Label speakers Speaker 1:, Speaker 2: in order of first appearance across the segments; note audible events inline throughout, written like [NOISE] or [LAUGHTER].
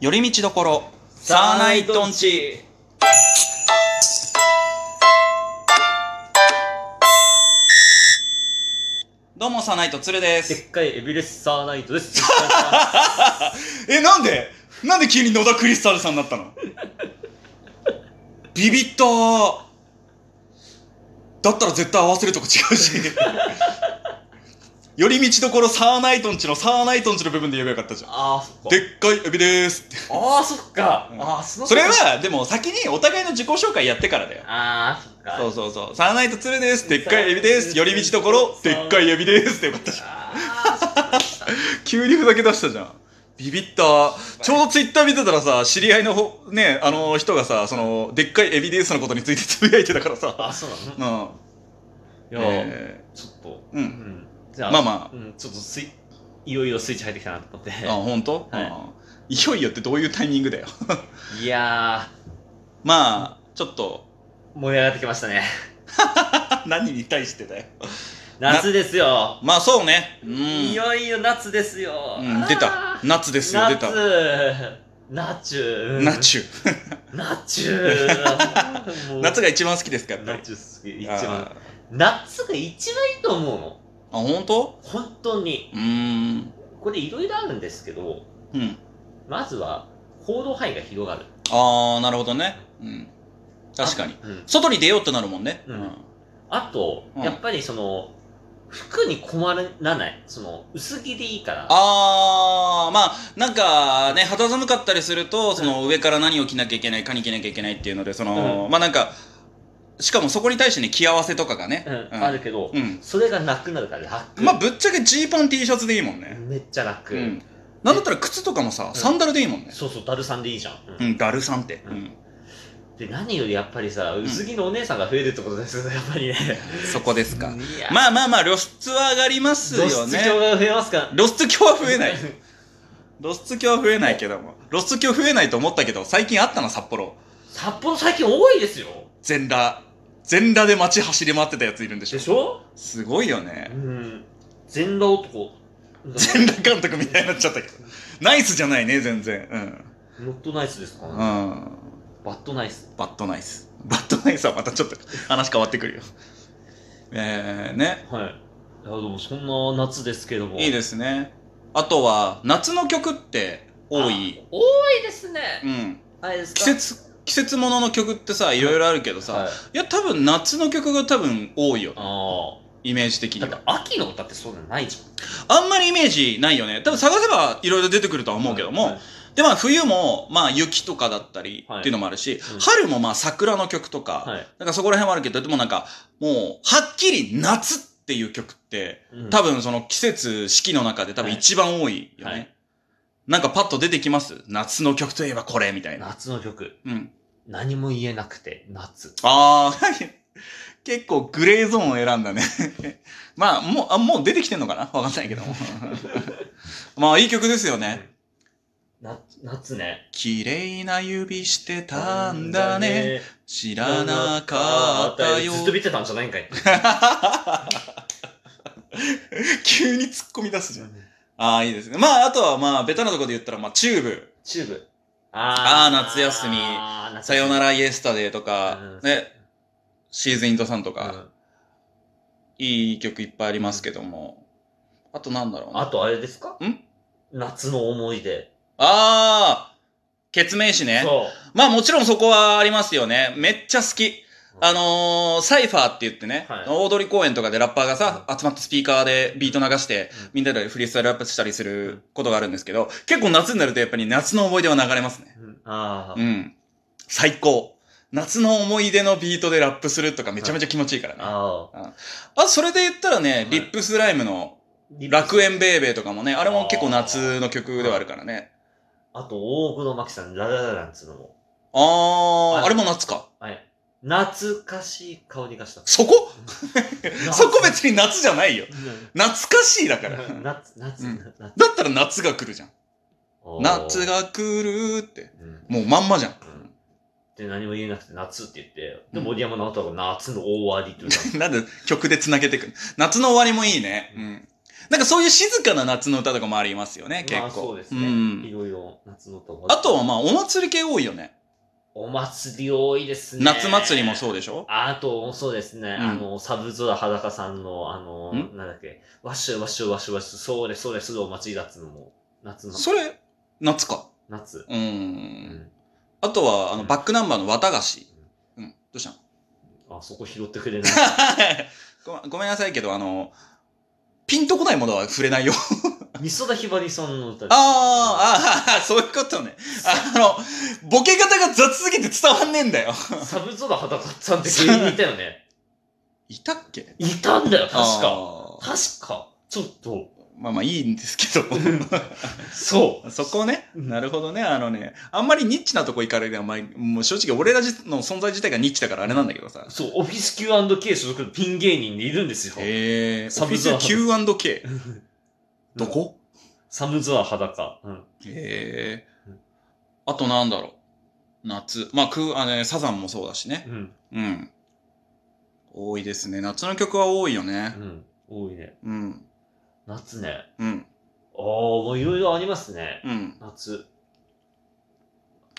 Speaker 1: 寄り道どころ
Speaker 2: サーナイトンチ
Speaker 1: どうもサーナイトつるで
Speaker 2: ですっかいエビレスサーナイ
Speaker 1: [LAUGHS]
Speaker 2: トです。
Speaker 1: えなんでなんで急に野田クリスタルさんになった [LAUGHS] のビビったーだったら絶対合わせるとこ違う [LAUGHS] し寄り道どころサーナイトンチのサーナイトンチの部分で言えばよかったじゃん
Speaker 2: あー、そっか。
Speaker 1: でっかいエビですって
Speaker 2: あー、そっか。
Speaker 1: うん
Speaker 2: あー、その
Speaker 1: それ、はでも先にお互いの自己紹介やってからだよ
Speaker 2: あー、そっか。
Speaker 1: そうそうそう。サーナイトツルです。でっかいエビです。寄り道どころ、でっかいエビです。ってよかったじゃん。
Speaker 2: あーそっか
Speaker 1: 急にふざけ出したじゃん。ビビった。ちょうどツイッター見てたらさ、知り合いのほ、ね、あの人がさ、その、でっかいエビですのことについてつぶやいてたからさ。
Speaker 2: あ、そうなの
Speaker 1: うん。
Speaker 2: いやー、
Speaker 1: え
Speaker 2: ちょっと、
Speaker 1: うん
Speaker 2: じゃあ、
Speaker 1: まあま
Speaker 2: あ、うん、ちょっとスイいよいよスイッチ入ってきたなと思って。
Speaker 1: ー、あ、ほんと、
Speaker 2: はい
Speaker 1: うん。いよいよってどういうタイミングだよ。
Speaker 2: いや
Speaker 1: まあ、ちょっと、
Speaker 2: ー、盛り上がってきましたね。
Speaker 1: 何に対してだよ。
Speaker 2: 夏ですよ。
Speaker 1: まあそうね。うん。
Speaker 2: いよいよ夏ですよ。
Speaker 1: うん、出た
Speaker 2: あ。ー。
Speaker 1: 夏ですよ、出た。
Speaker 2: 夏。ナチュー。
Speaker 1: ナチュ。 [LAUGHS]
Speaker 2: ナチューもう
Speaker 1: 夏が一番好きですか、やっぱ
Speaker 2: ナ
Speaker 1: り。
Speaker 2: チュー好き一番
Speaker 1: あー。
Speaker 2: 夏が一番いいと思うの
Speaker 1: あ、ほんと
Speaker 2: 本当に
Speaker 1: うーん。
Speaker 2: これいろいろあるんですけど
Speaker 1: うん。
Speaker 2: まずは行動範囲が広がる
Speaker 1: あー、なるほどね。うん。確かに。
Speaker 2: あ,、うん、
Speaker 1: 外に出ようってなるもんね。
Speaker 2: うんあと、
Speaker 1: うん
Speaker 2: やっぱりその服に困らないその薄着でいいから
Speaker 1: あー、まあ、なんかね、肌寒かったりすると、その上から何を着なきゃいけない、かに着なきゃいけないっていうので、その、まあなんか、しかもそこに対してね、着合わせとかがね。
Speaker 2: うん
Speaker 1: うん
Speaker 2: あるけど、
Speaker 1: うん。
Speaker 2: それがなくなるから楽、
Speaker 1: まあ、ぶっちゃけジーパン T シャツでいいもんね。
Speaker 2: めっちゃ楽、
Speaker 1: うん。なんだったら靴とかもさ、
Speaker 2: ん
Speaker 1: サンダルでいいもんね。
Speaker 2: そうそうだるさんでいいじゃん、うん
Speaker 1: うん、ダルさんって。う
Speaker 2: うん
Speaker 1: ん。
Speaker 2: で何よりやっぱりさ薄着のお姉さんが増えるってことですよねやっぱり
Speaker 1: [LAUGHS]
Speaker 2: ね
Speaker 1: そこですか。
Speaker 2: いや
Speaker 1: まあまあまあ、露出は上がります
Speaker 2: 露
Speaker 1: よ
Speaker 2: 出
Speaker 1: ね。
Speaker 2: 量が増えますから
Speaker 1: 露出狂は増えない。露出狂は増えないけども。露出狂増えないと思ったけど、最近あったな、札幌。
Speaker 2: [LAUGHS] 札幌最近多いですよ
Speaker 1: 全裸。全裸で街走り回ってたやついるんでしょ
Speaker 2: でしょ
Speaker 1: すごいよ
Speaker 2: う
Speaker 1: ね。
Speaker 2: ん全裸男
Speaker 1: 全裸監督みたいになっちゃったけど。ナイスじゃないね、全然。
Speaker 2: ノットナイスですか、
Speaker 1: うん。うん。バ
Speaker 2: バッドナイス
Speaker 1: ッドナイス。バッドナイスはまたちょっと話変わってくるよ。えー、ね。
Speaker 2: はいいやでもそんな夏ですけども
Speaker 1: いいですね。あとは、夏の曲って多い。
Speaker 2: あ多いですね
Speaker 1: うん。
Speaker 2: あれですか
Speaker 1: 季節、季節ものの曲ってさ、いろいろあるけどさ、
Speaker 2: はい、
Speaker 1: いや、多分夏の曲が多分多いよ。
Speaker 2: あ
Speaker 1: イメージ的
Speaker 2: あ
Speaker 1: に
Speaker 2: だっ
Speaker 1: は
Speaker 2: て。秋の歌ってそうじゃないじ
Speaker 1: あんまりイメージないよね。多分探せばいろいろ出てくるとは
Speaker 2: ゃん
Speaker 1: 思うけど
Speaker 2: はい
Speaker 1: も。で、まあ冬も、まあ雪とかだったり
Speaker 2: はい
Speaker 1: っていうのもあるし
Speaker 2: うん、
Speaker 1: 春もまあ桜の曲とか、
Speaker 2: はい
Speaker 1: なんかそこら辺もあるけど、でもなんか、もう、はっきり夏っていう曲って、
Speaker 2: うん
Speaker 1: 多分その季節、四季の中で多分
Speaker 2: はい
Speaker 1: 一番多いよ
Speaker 2: は
Speaker 1: ね
Speaker 2: い。
Speaker 1: なんかパッと出てきます夏の曲といえばこれみたいな。
Speaker 2: 夏の曲
Speaker 1: うん。
Speaker 2: 何も言えなくて夏
Speaker 1: あー、 [LAUGHS] 結構グレーゾーンを選んだね。 [LAUGHS] まあ、もう、あ、もう出てきてんのかなわかんない
Speaker 2: [LAUGHS]
Speaker 1: けども。まあ、いい曲ですよね。
Speaker 2: な夏ね
Speaker 1: 綺麗な指してたんだね。知らなかったよ
Speaker 2: ず。っと見てたんじゃないんか
Speaker 1: [LAUGHS]
Speaker 2: い
Speaker 1: 急に突っ込み出すじゃん。ああ、いいですね。まあ、あとはまあ、ベタなところで言ったら、まあ、チューブ。
Speaker 2: チューブ。
Speaker 1: あー夏休みさよならイエスタデーとか、
Speaker 2: うん
Speaker 1: ね、シーズインドさんと
Speaker 2: ら
Speaker 1: か、いい曲いっぱいありますけども。あとなんだろうな。
Speaker 2: あとあれですか
Speaker 1: ん
Speaker 2: 夏の思い出。
Speaker 1: ああ、ケツメイシね。
Speaker 2: そ
Speaker 1: まあもちろんそこはありますよね。めっちゃ好き。
Speaker 2: うん
Speaker 1: あのー、サイファーって言ってね、
Speaker 2: はい
Speaker 1: 大通公園とかでラッパーがさ、集まってスピーカーでビート流して
Speaker 2: うん、
Speaker 1: みんなでフリースタイルラップしたりすることがあるんですけど、結構夏になるとやっぱり夏の思い出は流れますね。
Speaker 2: う。うんああ
Speaker 1: う。ん。最高。夏の思い出のビートでラップするとかめちゃめちゃ気持ちいいからね。あ
Speaker 2: あ
Speaker 1: とそれで言ったらね
Speaker 2: い、
Speaker 1: リップスライムの
Speaker 2: あ。
Speaker 1: 楽園ベイベーとかもね、あれも結構夏の曲ではあるからね。
Speaker 2: あと、大黒摩季さん、ラララランつうのも。
Speaker 1: あ
Speaker 2: あ
Speaker 1: ー、
Speaker 2: の
Speaker 1: あれも夏か。。
Speaker 2: はい。懐かしい顔に化した
Speaker 1: そこ [LAUGHS] そこ
Speaker 2: に。
Speaker 1: 別に夏じゃないよ。懐かしいだ [LAUGHS] から。
Speaker 2: うん
Speaker 1: だ
Speaker 2: 夏、夏、
Speaker 1: うん
Speaker 2: 夏。
Speaker 1: ったら [LAUGHS] 夏が来るじゃん。
Speaker 2: おー
Speaker 1: 夏。が来るって。
Speaker 2: うん
Speaker 1: もうまんまじゃん。 [LAUGHS]
Speaker 2: うんで、何も言えなくて、夏って言って、で、森山直太朗が夏の終わりって歌う
Speaker 1: なんで曲で繋げてくる。夏の終わりもいいね。うん。なんかそういう静かな夏の歌とかもあります [LAUGHS] よね、結構。
Speaker 2: まあそうですね。
Speaker 1: ん
Speaker 2: いろいろ夏のとこ
Speaker 1: あとはまあ、お祭り系多いよね。
Speaker 2: お祭り多いですね。
Speaker 1: 夏祭りもそう
Speaker 2: で
Speaker 1: でしょ
Speaker 2: あと、そうですね。
Speaker 1: ん
Speaker 2: あの、サブゾラ裸さんの、あの、
Speaker 1: ん
Speaker 2: なんだっけ、ワッシュワッシュワッシュワッシュ、そうです、そうです、すぐお祭りだっつうのも、夏の、
Speaker 1: それ、夏か。
Speaker 2: 夏。
Speaker 1: う。
Speaker 2: うんん。
Speaker 1: あとは、あの、
Speaker 2: うん
Speaker 1: バックナンバーの綿菓子。うん。どうしたの [LAUGHS]
Speaker 2: あ、そこ拾ってくれない。
Speaker 1: ごごめんなさいけど、あの、ピンとこないものは触れ
Speaker 2: [LAUGHS]
Speaker 1: ないよ。
Speaker 2: 美空ひばりさんの歌です
Speaker 1: あーあー、そういうことね。あの、ボケ方が雑すぎて伝わんねえんだよ。
Speaker 2: サブゾラ裸さんって芸人いたよね。
Speaker 1: いたっけ
Speaker 2: いたんだよ、確か。
Speaker 1: あー
Speaker 2: 確か。ちょっと、
Speaker 1: まあまあいいんです
Speaker 2: [LAUGHS]
Speaker 1: け
Speaker 2: そう。
Speaker 1: ど。そこね、
Speaker 2: うん
Speaker 1: なるほどね、あのね、あんまりニッチなとこ行かれるのは、まあ、もう正直俺らの存在自体がニッチだからあれなんだけどさ。
Speaker 2: そう、オフィス Q&K 所属のピン芸人でいるんですよ。
Speaker 1: へえー、
Speaker 2: サ
Speaker 1: オフ
Speaker 2: ブ
Speaker 1: ィ
Speaker 2: ゾーン
Speaker 1: ス Q&K。どこ
Speaker 2: サムゾア裸。うん。
Speaker 1: へえ
Speaker 2: うん
Speaker 1: ー。あとなんだろう。夏。まあ、く、あのね、サザンもそうだしね。
Speaker 2: うん。
Speaker 1: うん。多いですね。夏の曲は多いよね
Speaker 2: う。ん。多いね。
Speaker 1: うん。
Speaker 2: 夏ね。
Speaker 1: うん。
Speaker 2: ああ、もういろいろありますね。
Speaker 1: うん。
Speaker 2: 夏。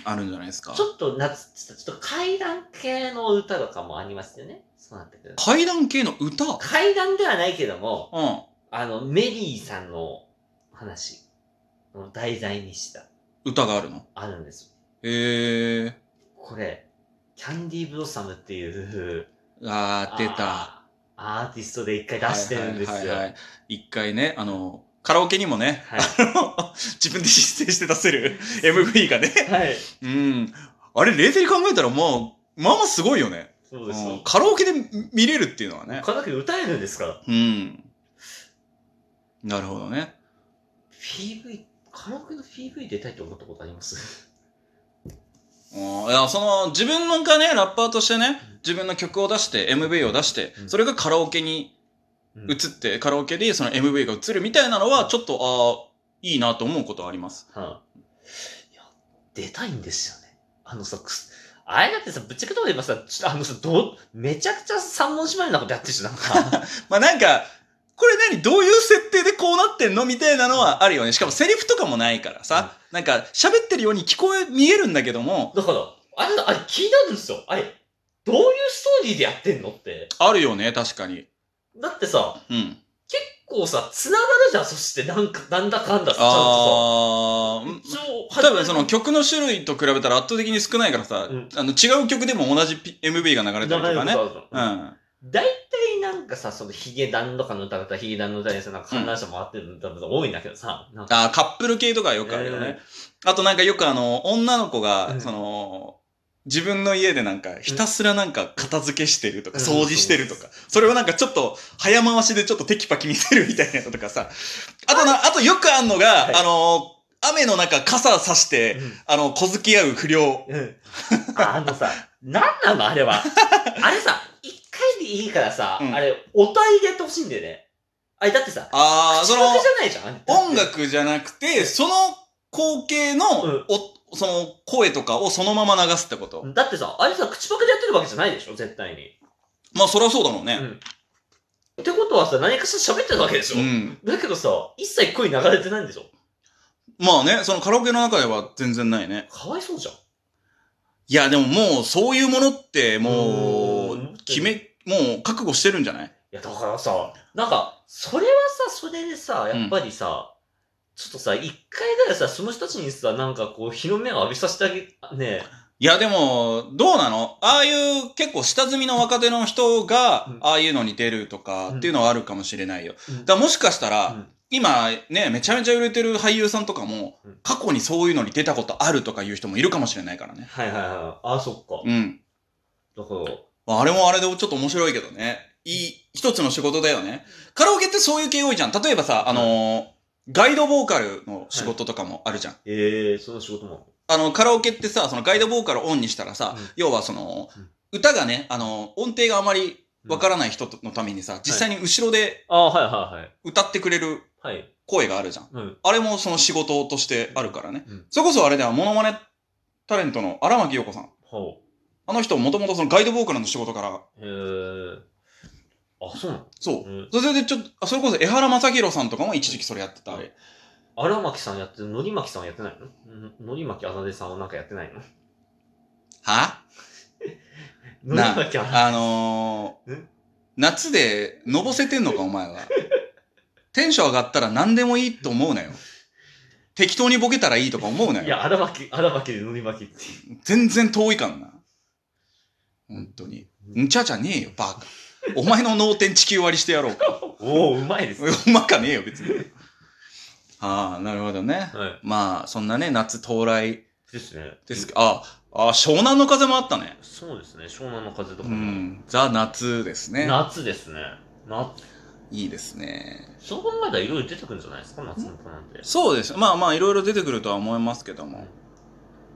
Speaker 1: あるんじゃないですか
Speaker 2: ち。ょっと夏って言ったらちょっと階段系の歌とかもありますよね。そうなってくると。
Speaker 1: 階段系の歌うん。
Speaker 2: 階段ではないけども、
Speaker 1: 歌
Speaker 2: あの、メリーさんの話を題材にした、
Speaker 1: があるの
Speaker 2: あるんです
Speaker 1: へえ
Speaker 2: よ。これ、キャンディーブロッサムっていう、
Speaker 1: ー。あー、出た。
Speaker 2: あー。アーティストで一回出してるんですよ。
Speaker 1: はいはいはいはい一回ね、あの、カラオケにもね、 [LAUGHS]
Speaker 2: はい
Speaker 1: あの自分で実践して出せ
Speaker 2: [LAUGHS]
Speaker 1: る MV がね。
Speaker 2: はい。
Speaker 1: うん。あれ、冷静に考えたら、まあ、まあまあすごいよね。
Speaker 2: そうですよ
Speaker 1: うん。カラオケで見れるっていうのはね。
Speaker 2: これだけ歌えるんですから。
Speaker 1: うん。なるほどね。
Speaker 2: PV、カラオケの PV 出たいと思ったことあります
Speaker 1: うんいや、その、自分のがね、ラッパーとしてね、自分の曲を出して、MV を出して
Speaker 2: う、ん
Speaker 1: それがカラオケに
Speaker 2: うん
Speaker 1: 映って、カラオケでその MV が映るみたいなのは、ちょっと、ああ、いいなと思うことはあります。
Speaker 2: はいいや、出たいんですよね。あのさ、くすあれだってさ、ぶっちゃけどう言えばさ、ちょっとあのさ、どう、めちゃくちゃ三文字前のことやってるし、なんか。
Speaker 1: まあなんか、これ何どういう設定でこうなってんのみたいなのはあるよね。しかもセリフとかもないからさ、なんか喋ってるように聞こえ、見えるんだけども、
Speaker 2: だから、あれだ、あれ気になるんですよ。あれ、どういうストーリーでやってんのって。
Speaker 1: あるよね、確かに。
Speaker 2: だってさ、
Speaker 1: うん。
Speaker 2: 結構さ、繋がるじゃん、そして、なんか、なんだかんださ、ちゃんと
Speaker 1: あー、うん
Speaker 2: さ。一応
Speaker 1: 多分その、曲の種類と比べたら圧倒的に少ないからさ、
Speaker 2: うん
Speaker 1: あの違う曲でも同じ P- MV が流れ
Speaker 2: 流
Speaker 1: たりとか
Speaker 2: れる
Speaker 1: ね。
Speaker 2: こと
Speaker 1: う
Speaker 2: あるの
Speaker 1: ん。
Speaker 2: 大体なんかさ、そのヒゲダンとかの歌だったらヒゲダンの歌でさ、なんか観覧車回ってる歌とか多いんだけどさ、なんか、
Speaker 1: あーカップル系とかよくあるよね。あとなんかよくあの、女の子が、
Speaker 2: うん
Speaker 1: その、自分の家でなんか、ひたすらなんか片付けしてるとか、
Speaker 2: うん
Speaker 1: 掃除してるとか、それをなんかちょっと早回しでちょっとテキパキ見せるみたいなのとかさ。あとな、あとよくあんのが、
Speaker 2: はい
Speaker 1: あの、雨の中傘さして、あの、小突き合う不良。
Speaker 2: うんうんあのさ、なんなのあ
Speaker 1: [LAUGHS]
Speaker 2: れは。あれさ、一回でいいからさ、
Speaker 1: うん
Speaker 2: あれ、お題でやってほしいんだよね。あれ、だってさ、
Speaker 1: ああ、
Speaker 2: 口
Speaker 1: そ
Speaker 2: パ
Speaker 1: の、
Speaker 2: クじゃないじゃん。
Speaker 1: 音
Speaker 2: だって
Speaker 1: 楽じゃなくて、その光景の、
Speaker 2: うん
Speaker 1: お、その声とかをそのまま流すってこと。
Speaker 2: だってさ、あれさ、口パクでやってるわけじゃないでしょ、絶対に。
Speaker 1: まあ、そりゃそうだろうね。
Speaker 2: うん。ってことはさ、何かしら喋ってるわけでしょ。
Speaker 1: うん
Speaker 2: だけどさ、一切声流れてないんでしょ。
Speaker 1: まあね、そのカラオケの中では全然ないね。
Speaker 2: かわいそうじゃん。
Speaker 1: いや、でももうそういうものっても
Speaker 2: うーん
Speaker 1: う、決め、もう覚悟してるんじゃない
Speaker 2: いや、だからさ、なんか、それはさ、それでさ、やっぱりさ、ちょっとさ、一回ぐらいさ、その人たちにさ、なんかこう、日の目を浴びさせてあげ、あね
Speaker 1: いや、でも、どうなのああいう結構下積みの若手の人が
Speaker 2: うん、
Speaker 1: ああいうのに出るとかっていうのはあるかもしれないよ。
Speaker 2: うん
Speaker 1: だからもしかしたら、
Speaker 2: うん
Speaker 1: 今ね、めちゃめちゃ売れてる俳優さんとかも
Speaker 2: うん、
Speaker 1: 過去にそういうのに出たことあるとかいう人もいるかもしれないからね。
Speaker 2: はいはいはい。あ、そっか。
Speaker 1: うん。
Speaker 2: だから、
Speaker 1: まああれもあれでちょっと面白いけどね。いい、一つの仕事だよね。カラオケってそういう系多いじゃん。例えばさ、あのーガイドボーカルの仕事とかもあるじゃん。
Speaker 2: ええー、その仕事も。
Speaker 1: あの、カラオケってさ、そのガイドボーカルをオンにしたらさ、
Speaker 2: うん
Speaker 1: 要はその
Speaker 2: うん、
Speaker 1: 歌がね、あの、音程があまりわからない人のためにさ、実際に後ろで
Speaker 2: あはいは
Speaker 1: 歌ってくれる
Speaker 2: いはい。はい。
Speaker 1: 声があるじゃん。
Speaker 2: うん。
Speaker 1: あれもその仕事としてあるからね。
Speaker 2: うん。
Speaker 1: それこそあれではモノマネタレントの荒牧陽子さん。
Speaker 2: ほ
Speaker 1: あの人もともとそのガイドボーカルの仕事から
Speaker 2: う。へえー。あ、そうなの
Speaker 1: そう。
Speaker 2: うん
Speaker 1: それでちょっとあ、それこそ江原正宏さんとかも一時期それやってた、あれ。
Speaker 2: 荒牧さんやって、のりまきさんはやってないのんのりまきあなでさんはなんかやってないの
Speaker 1: は
Speaker 2: のりまきあなで
Speaker 1: あのー
Speaker 2: ん、
Speaker 1: 夏でのぼせてんのか、お前は。テンション上がったら何でもいいと思うなよ。適当にボケたらいいとか思うないよ。
Speaker 2: や、荒巻、荒巻でのり巻きっていう。
Speaker 1: 全然遠いからな。本当に。んちゃじゃねえよ、バカ。お前の脳天地球割りしてやろうか。
Speaker 2: [LAUGHS] おお、うまいですね。
Speaker 1: うまかねえよ、別に。ああ、なるほどね。
Speaker 2: はい。
Speaker 1: まあ、そんなね、夏到来
Speaker 2: ですね。
Speaker 1: ですけど、ああ、湘南の風もあったね。
Speaker 2: そうですね。湘南の風と
Speaker 1: う
Speaker 2: かも。
Speaker 1: ん。ザ・夏ですね。
Speaker 2: 夏ですね。夏。
Speaker 1: いいですね。
Speaker 2: そう考えたらいろいろ出てくるんじゃないですか、夏の子なんて。
Speaker 1: そうです。まあまあ、いろいろ出てくるとは思いますけども。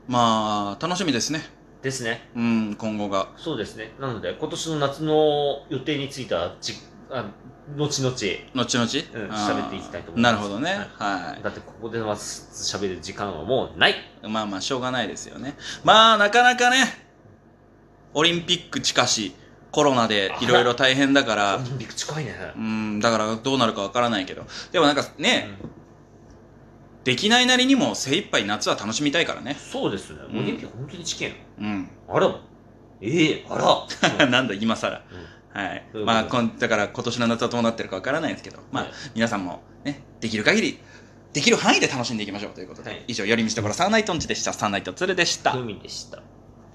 Speaker 1: まあ、楽しみですね。
Speaker 2: ですね。
Speaker 1: うん、今後が。
Speaker 2: そうですね。なので、今年の夏の予定については、じあ後々、
Speaker 1: 後々、
Speaker 2: ん
Speaker 1: あー
Speaker 2: 喋っていきたいと思いま
Speaker 1: な
Speaker 2: す
Speaker 1: るほどね。はい
Speaker 2: だってここでまず喋る時間はもうない。
Speaker 1: まあまあ、しょうがないですよね。まあ、なかなかね、オリンピック近し、コロナでいろいろ大変だか
Speaker 2: オ
Speaker 1: ら、
Speaker 2: リンピック近いね。
Speaker 1: うん、だからどうなるかわからないけど。でもなんかね、できないなりにも精一杯夏は楽しみたいからね。
Speaker 2: そうですね。
Speaker 1: うん
Speaker 2: オリンピック本当に近い
Speaker 1: うん。
Speaker 2: の。あら、ええあら。
Speaker 1: [LAUGHS] なんだ、今更。はい
Speaker 2: そうい。うこと
Speaker 1: まあ、こんだから今年の夏はどうなってるかわからないですけど、まあ、皆さんもね、できる限り、できる範囲で楽しんでいきましょうということで、
Speaker 2: はい
Speaker 1: 以上、寄り道ところサーナイトンチでした。サーナイトツルでした。
Speaker 2: 海でした。